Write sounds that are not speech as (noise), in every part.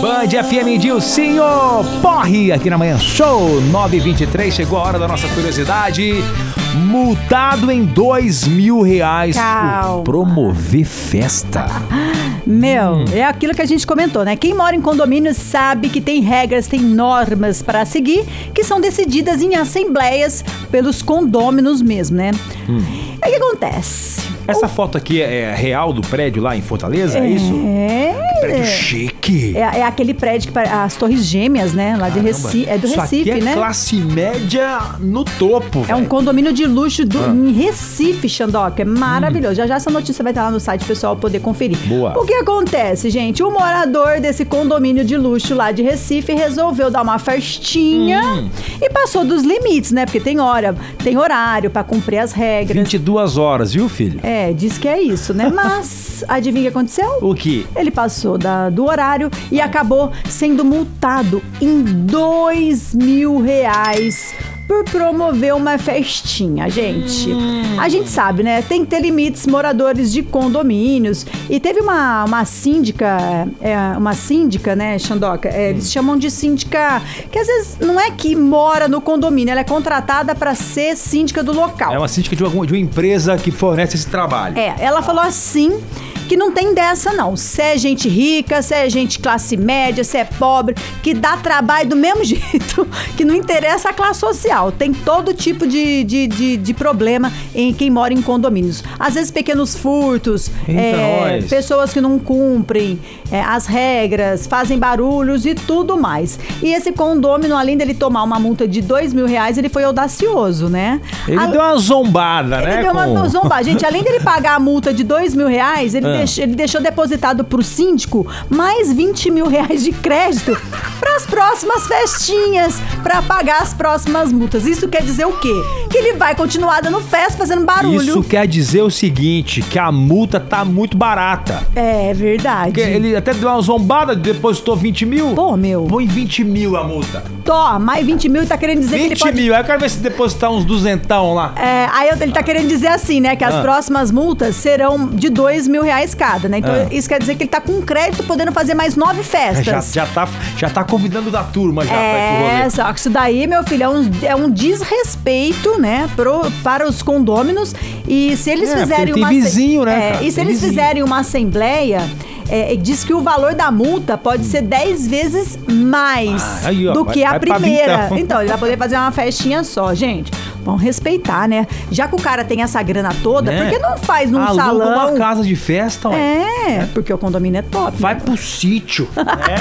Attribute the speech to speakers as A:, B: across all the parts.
A: Band FM Dilcinho, porre aqui na manhã show 923. Chegou a hora da nossa curiosidade. Multado em dois mil reais
B: Calma.
A: por promover festa.
B: Meu,
A: Hum.
B: é aquilo que a gente comentou, né? Quem mora em condomínio sabe que tem regras, tem normas para seguir, que são decididas em assembleias pelos condôminos mesmo, né?
A: Hum.
B: Aí o que acontece?
A: Essa foto aqui é real do prédio lá em Fortaleza, é isso? Prédio
B: É,
A: chique.
B: é, é aquele prédio que pare- as Torres Gêmeas, né? Lá de
A: Caramba,
B: Recife, é do
A: isso
B: Recife,
A: aqui é
B: né?
A: classe média no topo,
B: É um
A: velho.
B: condomínio de luxo do, em Recife, Xandoca. É maravilhoso. Já já essa notícia vai estar lá no site, pessoal, poder conferir.
A: Boa.
B: O que acontece, gente? O morador desse condomínio de luxo lá de Recife resolveu dar uma festinha e passou dos limites, né? Porque tem hora, tem horário pra cumprir as regras.
A: 22 horas, viu, filho?
B: É, diz que é isso, né? Mas, adivinha o que aconteceu?
A: O que?
B: Ele passou da- do horário e acabou sendo multado em dois mil reais por promover uma festinha, gente. A gente sabe, né? Tem que ter limites moradores de condomínios. E teve uma, uma síndica, é, uma síndica, né, Xandoca? É, Eles chamam de síndica, que às vezes não é que mora no condomínio, ela é contratada para ser síndica do local.
A: É uma síndica de, alguma, de uma empresa que fornece esse trabalho.
B: É, ela falou assim que não tem dessa não. Se é gente rica, se é gente classe média, se é pobre, que dá trabalho do mesmo (laughs) jeito, que não interessa a classe social. Tem todo tipo de, de, de, de problema em quem mora em condomínios. Às vezes pequenos furtos,
A: Eita,
B: é,
A: nós.
B: pessoas que não cumprem é, as regras, fazem barulhos e tudo mais. E esse condômino, além dele tomar uma multa de dois mil reais, ele foi audacioso, né?
A: Ele
B: A-
A: deu uma zombada, né?
B: ele deu uma
A: com-
B: zomba. Gente, além dele pagar a multa de dois mil reais, ele,
A: Ah.
B: deix- ele deixou depositado pro síndico mais 20 mil reais de crédito pras próximas festinhas, pra pagar as próximas multas. Isso quer dizer o quê? Que ele vai continuar dando festa, fazendo barulho.
A: Isso quer dizer o seguinte, que a multa tá muito barata.
B: É verdade.
A: Porque ele até deu uma zombada, depositou 20 mil.
B: Pô, meu.
A: Põe 20 mil a multa.
B: Tó, mais 20 mil e tá querendo dizer que ele
A: 20
B: pode
A: mil. Aí eu quero ver se depositar uns duzentão lá.
B: É, aí eu- ele tá querendo dizer assim, né? Que as
A: Ah.
B: próximas multas serão de dois mil reais cada, né? Então
A: Ah.
B: isso quer dizer que ele tá com crédito podendo fazer mais nove festas.
A: Já, já, tá, já tá convidando da turma já pra ir pro rolê.
B: É, É, só que isso daí, meu filho, é um, é um desrespeito, né, pro- para os condôminos. E se eles
A: É, porque
B: fizerem
A: tem
B: uma.
A: vizinho, né,
B: é,
A: cara?
B: E se
A: Tem
B: eles
A: vizinho.
B: fizerem uma assembleia. é, diz que o valor da multa pode ser 10 vezes mais
A: Ah, aí, ó,
B: do
A: vai-
B: que a
A: vai pra
B: primeira.
A: vintão.
B: Então, ele vai poder fazer uma festinha só, gente. Vamos respeitar, né? Já que o cara tem essa grana toda,
A: Né?
B: por que não faz num
A: Aluga
B: salão?
A: uma casa de festa, ué.
B: É, porque o condomínio é top.
A: Vai pro sítio. né?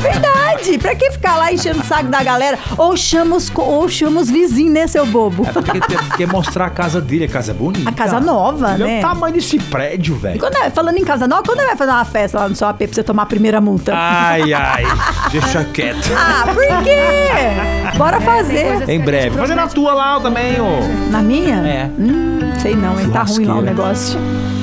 B: Verdade! Pra que ficar lá enchendo o saco da galera? Ou chama os, co- ou chama os vizinhos, né, seu bobo?
A: É porque tem que mostrar a casa dele, a casa é bonita.
B: A casa nova,
A: Olha
B: né?
A: o tamanho desse prédio, velho.
B: Quando é- falando em casa nova, quando vai fazer uma festa lá no seu AP pra você tomar a primeira multa?
A: Ai, ai. Deixa
B: (laughs)
A: quieto.
B: Ah, por
A: (laughs)
B: quê? Bora fazer.
A: Em breve. Fazer na tua lá também, ô.
B: Na minha?
A: É.
B: Hum, sei não, hein? Tá ruim lá o
A: Churrasqueira.
B: negócio.